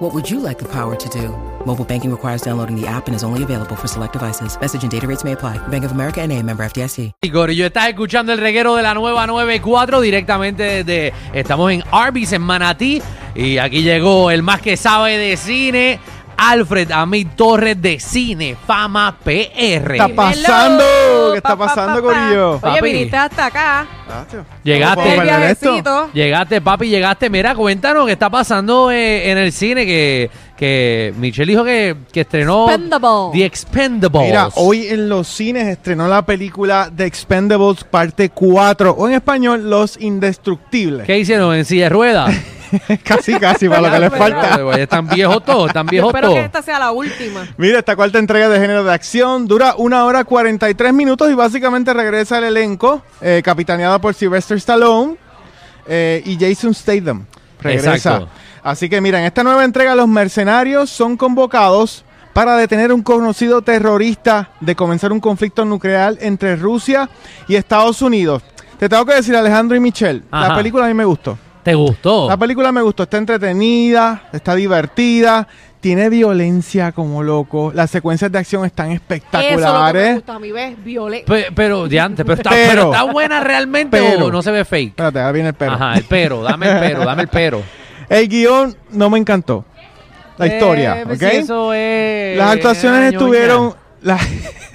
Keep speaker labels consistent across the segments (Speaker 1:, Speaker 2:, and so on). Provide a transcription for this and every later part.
Speaker 1: What would you like the power to do? Mobile banking requires downloading the app and is only available for select devices. Message and data rates may apply. Bank of America and a member FDIC.
Speaker 2: Y Corillo, estás escuchando el reguero de la nueva 94 directamente desde. Estamos en Arby's en Manatí. Y aquí llegó el más que sabe de cine, Alfred Amit Torres de Cine Fama PR.
Speaker 3: ¿Qué está pasando?
Speaker 4: Hello,
Speaker 3: ¿Qué
Speaker 4: pa,
Speaker 3: está
Speaker 4: pa, pa,
Speaker 3: pasando,
Speaker 4: pa.
Speaker 3: Corillo?
Speaker 4: Oye,
Speaker 2: Papi.
Speaker 4: viniste hasta acá.
Speaker 2: Llegaste.
Speaker 4: Qué
Speaker 2: ¿Cómo
Speaker 3: perder
Speaker 4: viajecito.
Speaker 2: Llegaste, papi, llegaste. Mira, cuéntanos qué está pasando eh, en el cine. Que, que Michelle dijo que, que estrenó
Speaker 4: Expendable.
Speaker 2: The Expendables.
Speaker 3: Mira, hoy en los cines estrenó la película The Expendables parte 4, o en español, Los Indestructibles.
Speaker 2: ¿Qué hicieron? ¿En silla de ruedas?
Speaker 3: casi, casi, para lo que les falta.
Speaker 2: Están viejos todos, están
Speaker 4: Yo
Speaker 2: viejos
Speaker 4: espero
Speaker 2: todos.
Speaker 4: que esta sea la última.
Speaker 3: Mira, esta cuarta entrega de género de acción dura una hora 43 minutos y básicamente regresa el elenco, eh, capitaneada por Sylvester Stallone eh, y Jason Statham. Regresa.
Speaker 2: Exacto.
Speaker 3: Así que mira, en esta nueva entrega los mercenarios son convocados para detener a un conocido terrorista de comenzar un conflicto nuclear entre Rusia y Estados Unidos. Te tengo que decir, Alejandro y Michelle,
Speaker 2: Ajá.
Speaker 3: la película a mí me gustó.
Speaker 2: ¿Te
Speaker 4: Oh.
Speaker 2: gustó?
Speaker 3: La película me gustó, está entretenida, está divertida, tiene violencia como loco, las secuencias de acción están
Speaker 4: Eso es lo que me
Speaker 3: espectaculares.
Speaker 4: gusta a mí, ¿ves?
Speaker 3: Pues,
Speaker 4: Violeta.
Speaker 2: Pe- pero, diante, pero está,
Speaker 3: Pero.
Speaker 2: pero está buena realmente
Speaker 3: Pero.
Speaker 2: o no se ve fake.
Speaker 3: Espérate, ahora viene el perro.
Speaker 2: Ajá, el pero, dame el pero, dame el pero.
Speaker 3: El guión no me encantó. La historia,
Speaker 2: Eh,
Speaker 3: ¿ok?
Speaker 2: pues si eso es-
Speaker 3: Las actuaciones
Speaker 2: ñoña.
Speaker 3: estuvieron. la-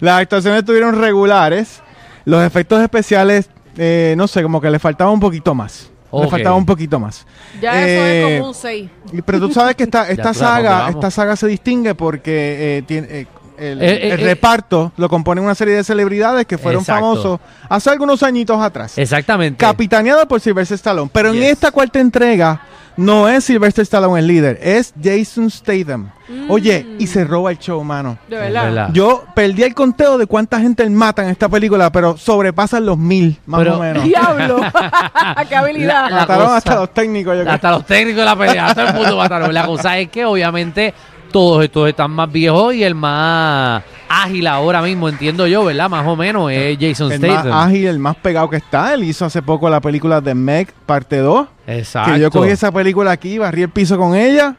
Speaker 3: las actuaciones estuvieron regulares. Los efectos especiales, eh, no sé, como que le faltaba un poquito más.
Speaker 2: Ok.
Speaker 3: Le faltaba un poquito más.
Speaker 4: Ya eso es
Speaker 3: Eh,
Speaker 4: como un 6.
Speaker 3: Y- Pero tú sabes que esta, esta
Speaker 2: tú sabes dónde
Speaker 3: saga,
Speaker 2: vamos.
Speaker 3: esta saga se distingue porque eh, tiene, eh, el,
Speaker 2: Eh, eh,
Speaker 3: el
Speaker 2: eh.
Speaker 3: reparto lo componen una serie de celebridades que fueron
Speaker 2: Exacto.
Speaker 3: famosos hace algunos añitos atrás.
Speaker 2: Exactamente.
Speaker 3: Capitaneado por Sylvester Stallone. Pero en
Speaker 2: Yes.
Speaker 3: esta cuarta entrega no es Sylvester Stallone el líder, es Jason Statham. Oye, y se roba el show, mano.
Speaker 4: De
Speaker 2: Es
Speaker 4: verdad.
Speaker 2: verdad.
Speaker 3: Yo perdí el conteo de cuánta gente mata en esta película, pero sobrepasan los mil, más
Speaker 2: Pero-
Speaker 3: o menos.
Speaker 4: Diablo. ¡Qué habilidad!
Speaker 2: La- la-
Speaker 3: Mataron
Speaker 2: cosa.
Speaker 3: hasta los técnicos, yo creo.
Speaker 2: Hasta los técnicos de la pelea, todo el mundo mataron. La cosa es que obviamente todos estos están más viejos y el más ágil ahora mismo, entiendo yo, ¿verdad? Más o menos es Jason
Speaker 3: El más
Speaker 2: Statham.
Speaker 3: ágil, el más pegado que está. Él hizo hace poco la película de Meg, parte 2.
Speaker 2: Exacto.
Speaker 3: Que yo cogí esa película aquí, barrí el piso con ella.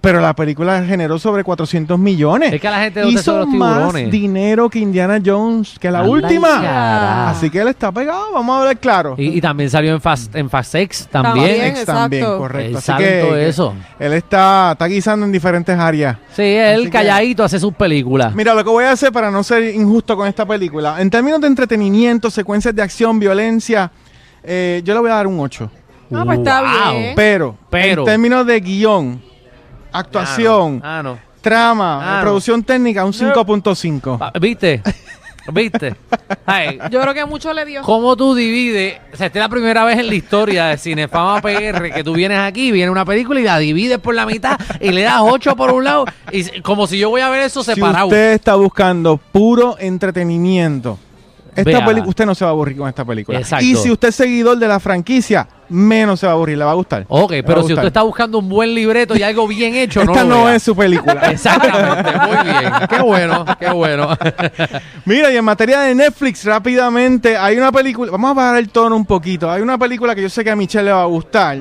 Speaker 3: Pero la película generó sobre 400 millones.
Speaker 2: Es que a la gente le gustan
Speaker 3: hizo
Speaker 2: los
Speaker 3: más
Speaker 2: tiburones.
Speaker 3: dinero que Indiana Jones, que la
Speaker 2: Anda
Speaker 3: última.
Speaker 2: ya.
Speaker 3: Así que él está pegado, vamos a hablar claro.
Speaker 2: Y, y también salió en Fast, en Fast Sex
Speaker 4: También.
Speaker 2: también.
Speaker 3: Ex también,
Speaker 4: exacto.
Speaker 3: correcto.
Speaker 2: Él
Speaker 3: Así
Speaker 2: sabe
Speaker 3: que,
Speaker 2: todo
Speaker 3: que
Speaker 2: eso.
Speaker 3: Él está, está guisando en diferentes áreas.
Speaker 2: Sí, él
Speaker 3: Así que-
Speaker 2: calladito hace sus películas.
Speaker 3: Mira, lo que voy a hacer para no ser injusto con esta película, en términos de entretenimiento, secuencias de acción, violencia, eh, yo le voy a dar un 8.
Speaker 4: No, pues está
Speaker 2: Wow.
Speaker 4: bien.
Speaker 3: Pero,
Speaker 2: Pero.
Speaker 3: en términos de guión, actuación,
Speaker 2: Ah, no.
Speaker 3: trama,
Speaker 2: Ah, no.
Speaker 3: producción técnica, un 5.5.
Speaker 2: Pa- Ah, ¿Viste? ¿Viste? Ay,
Speaker 4: Yo creo que mucho le dio.
Speaker 2: ¿Cómo tú divides? O sea, esta es la primera vez en la historia de Cinefama PR que tú vienes aquí, viene una película y la divides por la mitad y le das 8 por un lado. Y s- como si yo voy a ver eso
Speaker 3: Si
Speaker 2: separado.
Speaker 3: usted está buscando puro entretenimiento, esta
Speaker 2: Véala.
Speaker 3: peli- usted no se va a aburrir con esta película.
Speaker 2: Exacto.
Speaker 3: Y si usted es seguidor de la franquicia, menos se va a aburrir, le va a gustar.
Speaker 2: Ok,
Speaker 3: Le va
Speaker 2: pero
Speaker 3: a
Speaker 2: si usted
Speaker 3: gustar.
Speaker 2: está buscando un buen libreto y algo bien hecho,
Speaker 3: Esta
Speaker 2: no, lo
Speaker 3: no
Speaker 2: vea.
Speaker 3: es su película.
Speaker 2: Exactamente, muy bien. Qué bueno, qué bueno.
Speaker 3: Mira, y en materia de Netflix, rápidamente, hay una película, vamos a bajar el tono un poquito, hay una película que yo sé que a Michelle le va a gustar.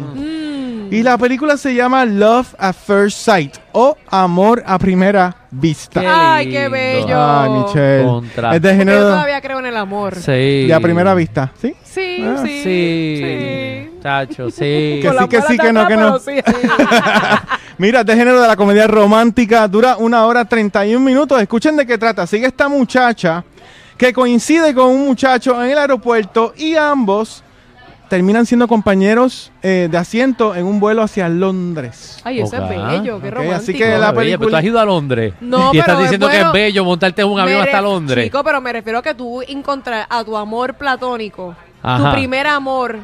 Speaker 3: Y la película se llama Love at First Sight o Amor a Primera Vista.
Speaker 2: Qué
Speaker 4: ¡Ay, qué
Speaker 2: lindo.
Speaker 4: bello!
Speaker 3: Ay, Michelle.
Speaker 2: Contra.
Speaker 3: Es de
Speaker 4: Porque
Speaker 3: género
Speaker 4: Yo
Speaker 3: de
Speaker 4: todavía creo en el amor. Sí,
Speaker 2: Sí.
Speaker 3: a primera vista, ¿sí?
Speaker 4: sí,
Speaker 3: Ah,
Speaker 4: sí.
Speaker 2: Sí. Chacho, sí.
Speaker 3: Que
Speaker 4: Con
Speaker 3: sí,
Speaker 4: las
Speaker 3: que sí,
Speaker 4: palas de
Speaker 3: que no,
Speaker 4: atrás,
Speaker 3: que no.
Speaker 4: pero sí.
Speaker 3: Mira, este género de la comedia romántica dura una hora 31 minutos. Escuchen de qué trata. Sigue esta muchacha que coincide con un muchacho en el aeropuerto y ambos terminan siendo compañeros eh, de asiento en un vuelo hacia Londres.
Speaker 4: Ay, eso
Speaker 2: Ok.
Speaker 4: es bello, qué
Speaker 3: Ok,
Speaker 4: romántico.
Speaker 3: así que
Speaker 2: No,
Speaker 3: la
Speaker 2: bella, pero
Speaker 3: película-
Speaker 2: tú has ido a Londres.
Speaker 4: No,
Speaker 2: y estás
Speaker 4: pero es
Speaker 2: diciendo
Speaker 4: bueno.
Speaker 2: que es bello montarte en un avión
Speaker 4: Me
Speaker 2: hasta
Speaker 4: ref-
Speaker 2: Londres.
Speaker 4: Chico, pero me refiero a que tú encontrar a tu amor platónico,
Speaker 2: Ajá.
Speaker 4: tu primer amor,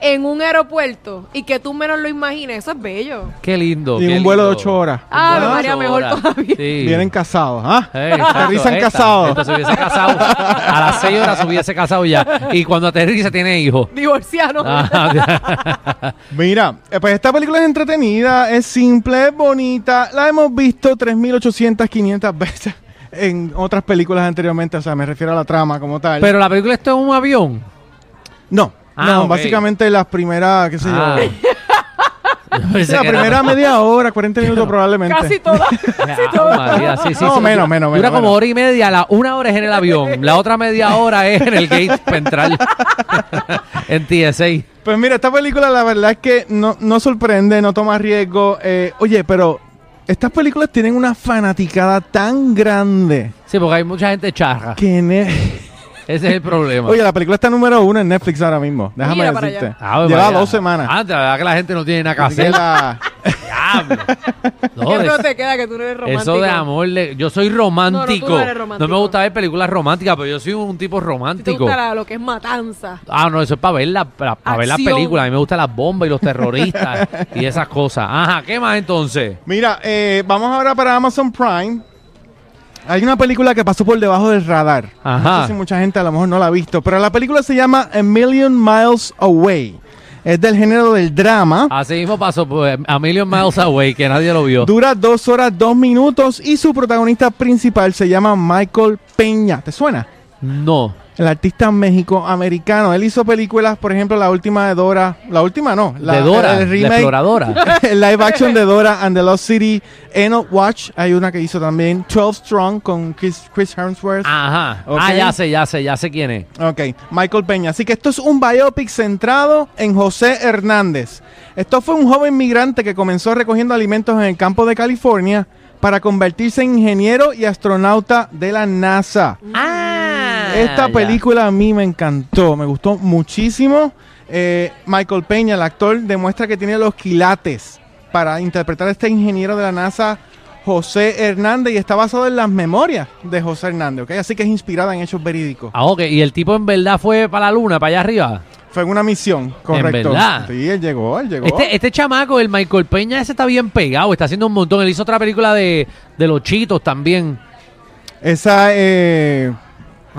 Speaker 4: en un aeropuerto y que tú menos lo imagines, eso es bello.
Speaker 2: Qué lindo.
Speaker 3: Y
Speaker 2: Oh, qué
Speaker 3: un vuelo de
Speaker 2: lindo.
Speaker 3: ocho horas.
Speaker 4: Ah,
Speaker 2: Un vuelo de
Speaker 4: María,
Speaker 2: ocho
Speaker 4: mejor
Speaker 2: horas.
Speaker 4: todavía.
Speaker 2: Sí.
Speaker 3: Vienen casados, ¿ah?
Speaker 2: Eh, exacto,
Speaker 3: Aterrizan
Speaker 2: esta,
Speaker 3: casados.
Speaker 2: esta se hubiese casado. A las 6 horas se hubiese casado ya. Y cuando aterriza tiene hijos.
Speaker 4: Divorcianos.
Speaker 2: Ah,
Speaker 3: Mira, eh, pues esta película es entretenida, es simple, es bonita. La hemos visto 3.800, 500 veces en otras películas anteriormente. O sea, me refiero a la trama como tal.
Speaker 2: Pero la película está en un avión.
Speaker 3: no,
Speaker 2: Ah,
Speaker 3: no,
Speaker 2: ok.
Speaker 3: básicamente las primeras, qué sé
Speaker 2: Ah.
Speaker 3: yo.
Speaker 2: Yo pensé
Speaker 3: La
Speaker 2: que era-
Speaker 3: primera media hora, 40 minutos probablemente.
Speaker 4: Casi todas. Casi
Speaker 2: Ah,
Speaker 4: todas.
Speaker 2: María, sí, sí,
Speaker 3: No,
Speaker 2: sí,
Speaker 3: menos,
Speaker 2: dura-
Speaker 3: menos,
Speaker 2: Dura
Speaker 3: menos,
Speaker 2: como
Speaker 3: menos.
Speaker 2: hora y media, la, una hora es en el avión, la otra media hora es en el gate central en TSA.
Speaker 3: Pues mira, esta película la verdad es que no, no sorprende, no toma riesgo. Eh, oye, pero estas películas tienen una fanaticada tan grande
Speaker 2: Sí, porque hay mucha gente charra.
Speaker 3: que... ne-
Speaker 2: Ese es el problema.
Speaker 3: Oye, la película está número uno en Netflix ahora mismo. Déjame
Speaker 4: Mira para
Speaker 3: decirte.
Speaker 4: allá.
Speaker 2: Ave
Speaker 3: Lleva
Speaker 2: María.
Speaker 3: dos semanas.
Speaker 2: pues, Ah, de verdad que la gente no tiene nada que
Speaker 3: Así que
Speaker 2: hacer.
Speaker 3: la-
Speaker 2: Diablo. No,
Speaker 4: ¿Qué
Speaker 2: de-
Speaker 4: no te queda que tú no eres romántico?
Speaker 2: eso de amor, le- yo soy romántico.
Speaker 4: No, no, tú no eres romántico.
Speaker 2: me gusta ver películas románticas, pero yo soy un tipo
Speaker 4: Si te
Speaker 2: romántico.
Speaker 4: gusta la- lo que es matanza.
Speaker 2: Ah, no, eso es para ver, la, para, para ver las
Speaker 4: Acción.
Speaker 2: películas. A mí me gustan las bombas y los terroristas y esas cosas. Ajá, ¿qué más entonces?
Speaker 3: Mira, eh, vamos ahora para Amazon Prime. Hay una película que pasó por debajo del radar.
Speaker 2: Ajá.
Speaker 3: No sé si mucha gente a lo mejor no la ha visto, pero la película se llama A Million Miles Away. Es del género del drama.
Speaker 2: Así mismo pasó pues, a Million Miles Away, que nadie lo vio.
Speaker 3: Dura dos horas, dos minutos y su protagonista principal se llama Michael Peña. ¿Te suena?
Speaker 2: No.
Speaker 3: El artista mexicoamericano. Él hizo películas, por ejemplo, la última de Dora. La última no. La,
Speaker 2: de Dora,
Speaker 3: el
Speaker 2: la
Speaker 3: remake-
Speaker 2: exploradora.
Speaker 3: el live action de Dora and the Lost City, End of Watch, hay una que hizo también, 12 Strong con Chris, Chris Hemsworth.
Speaker 2: Ajá.
Speaker 3: Ok.
Speaker 2: Ah, ya sé, ya sé, ya sé quién es.
Speaker 3: Ok, Michael Peña. Así que esto es un biopic centrado en José Hernández. Esto fue un joven migrante que comenzó recogiendo alimentos en el campo de California para convertirse en ingeniero y astronauta de la NASA.
Speaker 2: Ah.
Speaker 3: Esta
Speaker 2: ya.
Speaker 3: película a mí me encantó, me gustó muchísimo. Eh, Michael Peña, el actor, demuestra que tiene los quilates para interpretar a este ingeniero de la NASA, José Hernández, y está basado en las memorias de José Hernández, ¿ok? Así que es inspirada en hechos verídicos.
Speaker 2: Ah, ok. ¿Y el tipo en verdad fue para la luna, para allá arriba?
Speaker 3: Fue en una misión, correcto.
Speaker 2: verdad?
Speaker 3: Sí, él llegó, él llegó.
Speaker 2: Este, este chamaco, el Michael Peña, ese está bien pegado, está haciendo un montón. Él hizo otra película de, de los chitos también.
Speaker 3: Esa, eh...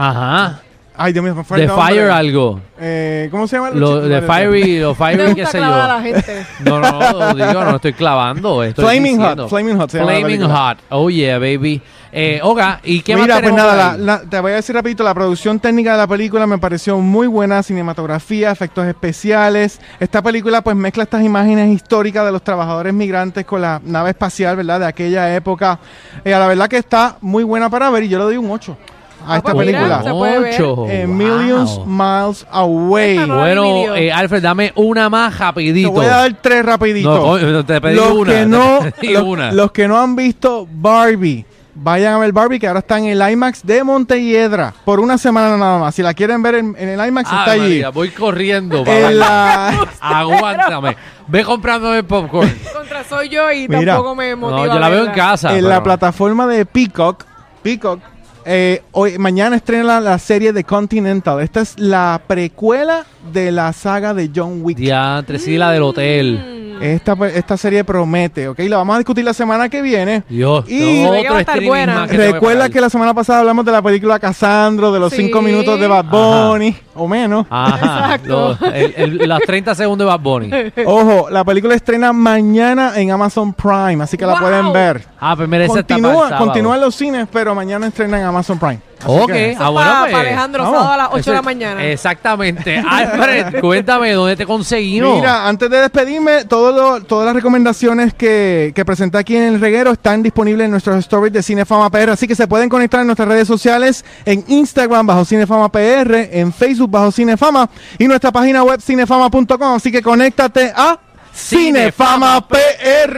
Speaker 2: Ajá.
Speaker 3: Ay, Dios mío, me fue el
Speaker 2: De
Speaker 3: nombre.
Speaker 2: Fire algo.
Speaker 3: Eh, ¿Cómo se llama?
Speaker 2: Lo, de Fiery, los
Speaker 4: Te
Speaker 2: Fiery, qué
Speaker 4: gusta
Speaker 2: sé
Speaker 4: clavar a la
Speaker 2: yo.
Speaker 4: gente.
Speaker 2: No, no, no, digo, no estoy clavando. Estoy
Speaker 3: Flaming
Speaker 2: diciendo.
Speaker 3: Hot, Flaming Hot se llama la
Speaker 2: Flaming
Speaker 3: película.
Speaker 2: Hot. Oh yeah, baby. Eh, Oga, ¿y qué más
Speaker 3: Mira, pues
Speaker 2: tenemos
Speaker 3: nada,
Speaker 2: por
Speaker 3: la-
Speaker 2: ahí?
Speaker 3: la- te voy a decir rapidito, la producción técnica de la película me pareció muy buena, cinematografía, efectos especiales. Esta película pues mezcla estas imágenes históricas de los trabajadores migrantes con la nave espacial, ¿verdad? De aquella época. Eh, la verdad que está muy buena para ver y yo le doy un 8 a
Speaker 4: Ah,
Speaker 3: esta
Speaker 4: pues mira,
Speaker 3: película.
Speaker 4: se puede ver.
Speaker 2: Ocho,
Speaker 3: Eh,
Speaker 2: Oh, wow.
Speaker 3: Millions Miles Away.
Speaker 4: Esta no-
Speaker 2: Bueno,
Speaker 4: Video.
Speaker 2: eh, Alfred, dame una más
Speaker 3: Te
Speaker 2: rapidito.
Speaker 3: voy a dar tres rapidito.
Speaker 2: No, coño, te pedí
Speaker 3: los
Speaker 2: una,
Speaker 3: que
Speaker 2: te
Speaker 3: no,
Speaker 2: pedí
Speaker 3: los,
Speaker 2: una.
Speaker 3: los que no han visto Barbie, vayan a ver Barbie que ahora está en el IMAX de Montelledra por una semana nada más. Si la quieren ver en, en el IMAX
Speaker 2: Ay,
Speaker 3: está allí.
Speaker 2: María, voy corriendo. para
Speaker 3: En
Speaker 2: verla.
Speaker 3: la-
Speaker 2: Aguántame. Ve comprándome popcorn.
Speaker 4: Contra soy yo y
Speaker 3: Mira.
Speaker 4: tampoco me motiva.
Speaker 2: No, yo la veo en
Speaker 4: verla.
Speaker 2: casa.
Speaker 3: en
Speaker 2: pero-
Speaker 3: la plataforma de Peacock, Peacock, eh, hoy mañana estrena la, la serie de Continental. Esta es la precuela de la saga de John Wick.
Speaker 2: Diantre, sí, la del hotel.
Speaker 4: Mm.
Speaker 3: Esta, pues, esta serie promete, ¿ok? La vamos a discutir la semana que viene.
Speaker 2: Dios,
Speaker 3: Y-
Speaker 4: Se ve que va a estar
Speaker 2: streaming
Speaker 4: buena.
Speaker 2: más tengo
Speaker 3: Recuerda
Speaker 2: pagar.
Speaker 3: que la semana pasada hablamos de la película Casandro, de los
Speaker 4: Sí.
Speaker 3: 5 minutos de Bad
Speaker 2: Ajá. Ah.
Speaker 3: Bunny, o menos.
Speaker 2: Ajá,
Speaker 4: Exacto.
Speaker 2: los- el- el- las 30 segundos de Bad Bunny.
Speaker 3: Ojo, la película estrena mañana en Amazon Prime, así que la
Speaker 4: ¡Wow!
Speaker 3: pueden ver.
Speaker 2: Ah, pues merece
Speaker 3: Continúa, continúa en los cines, pero mañana estrena en Amazon Prime. Así
Speaker 2: Ok,
Speaker 3: que-
Speaker 2: ah,
Speaker 4: Pa-
Speaker 2: bueno, pues,
Speaker 4: pa' Alejandro,
Speaker 3: vamos.
Speaker 4: sábado a las 8
Speaker 2: eso
Speaker 4: de la
Speaker 2: es-
Speaker 4: mañana.
Speaker 2: Exactamente. Alfred, cuéntame dónde te conseguimos.
Speaker 3: Mira, antes de despedirme, todo lo- todas las recomendaciones que, que presenté aquí en el reguero están disponibles en nuestros stories de Cinefama PR, así que se pueden conectar en nuestras redes sociales, en Instagram bajo Cinefama PR, en Facebook bajo Cinefama y nuestra página web cinefama.com, así que conéctate a Cinefama PR.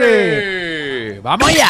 Speaker 2: Eh, Vamos allá.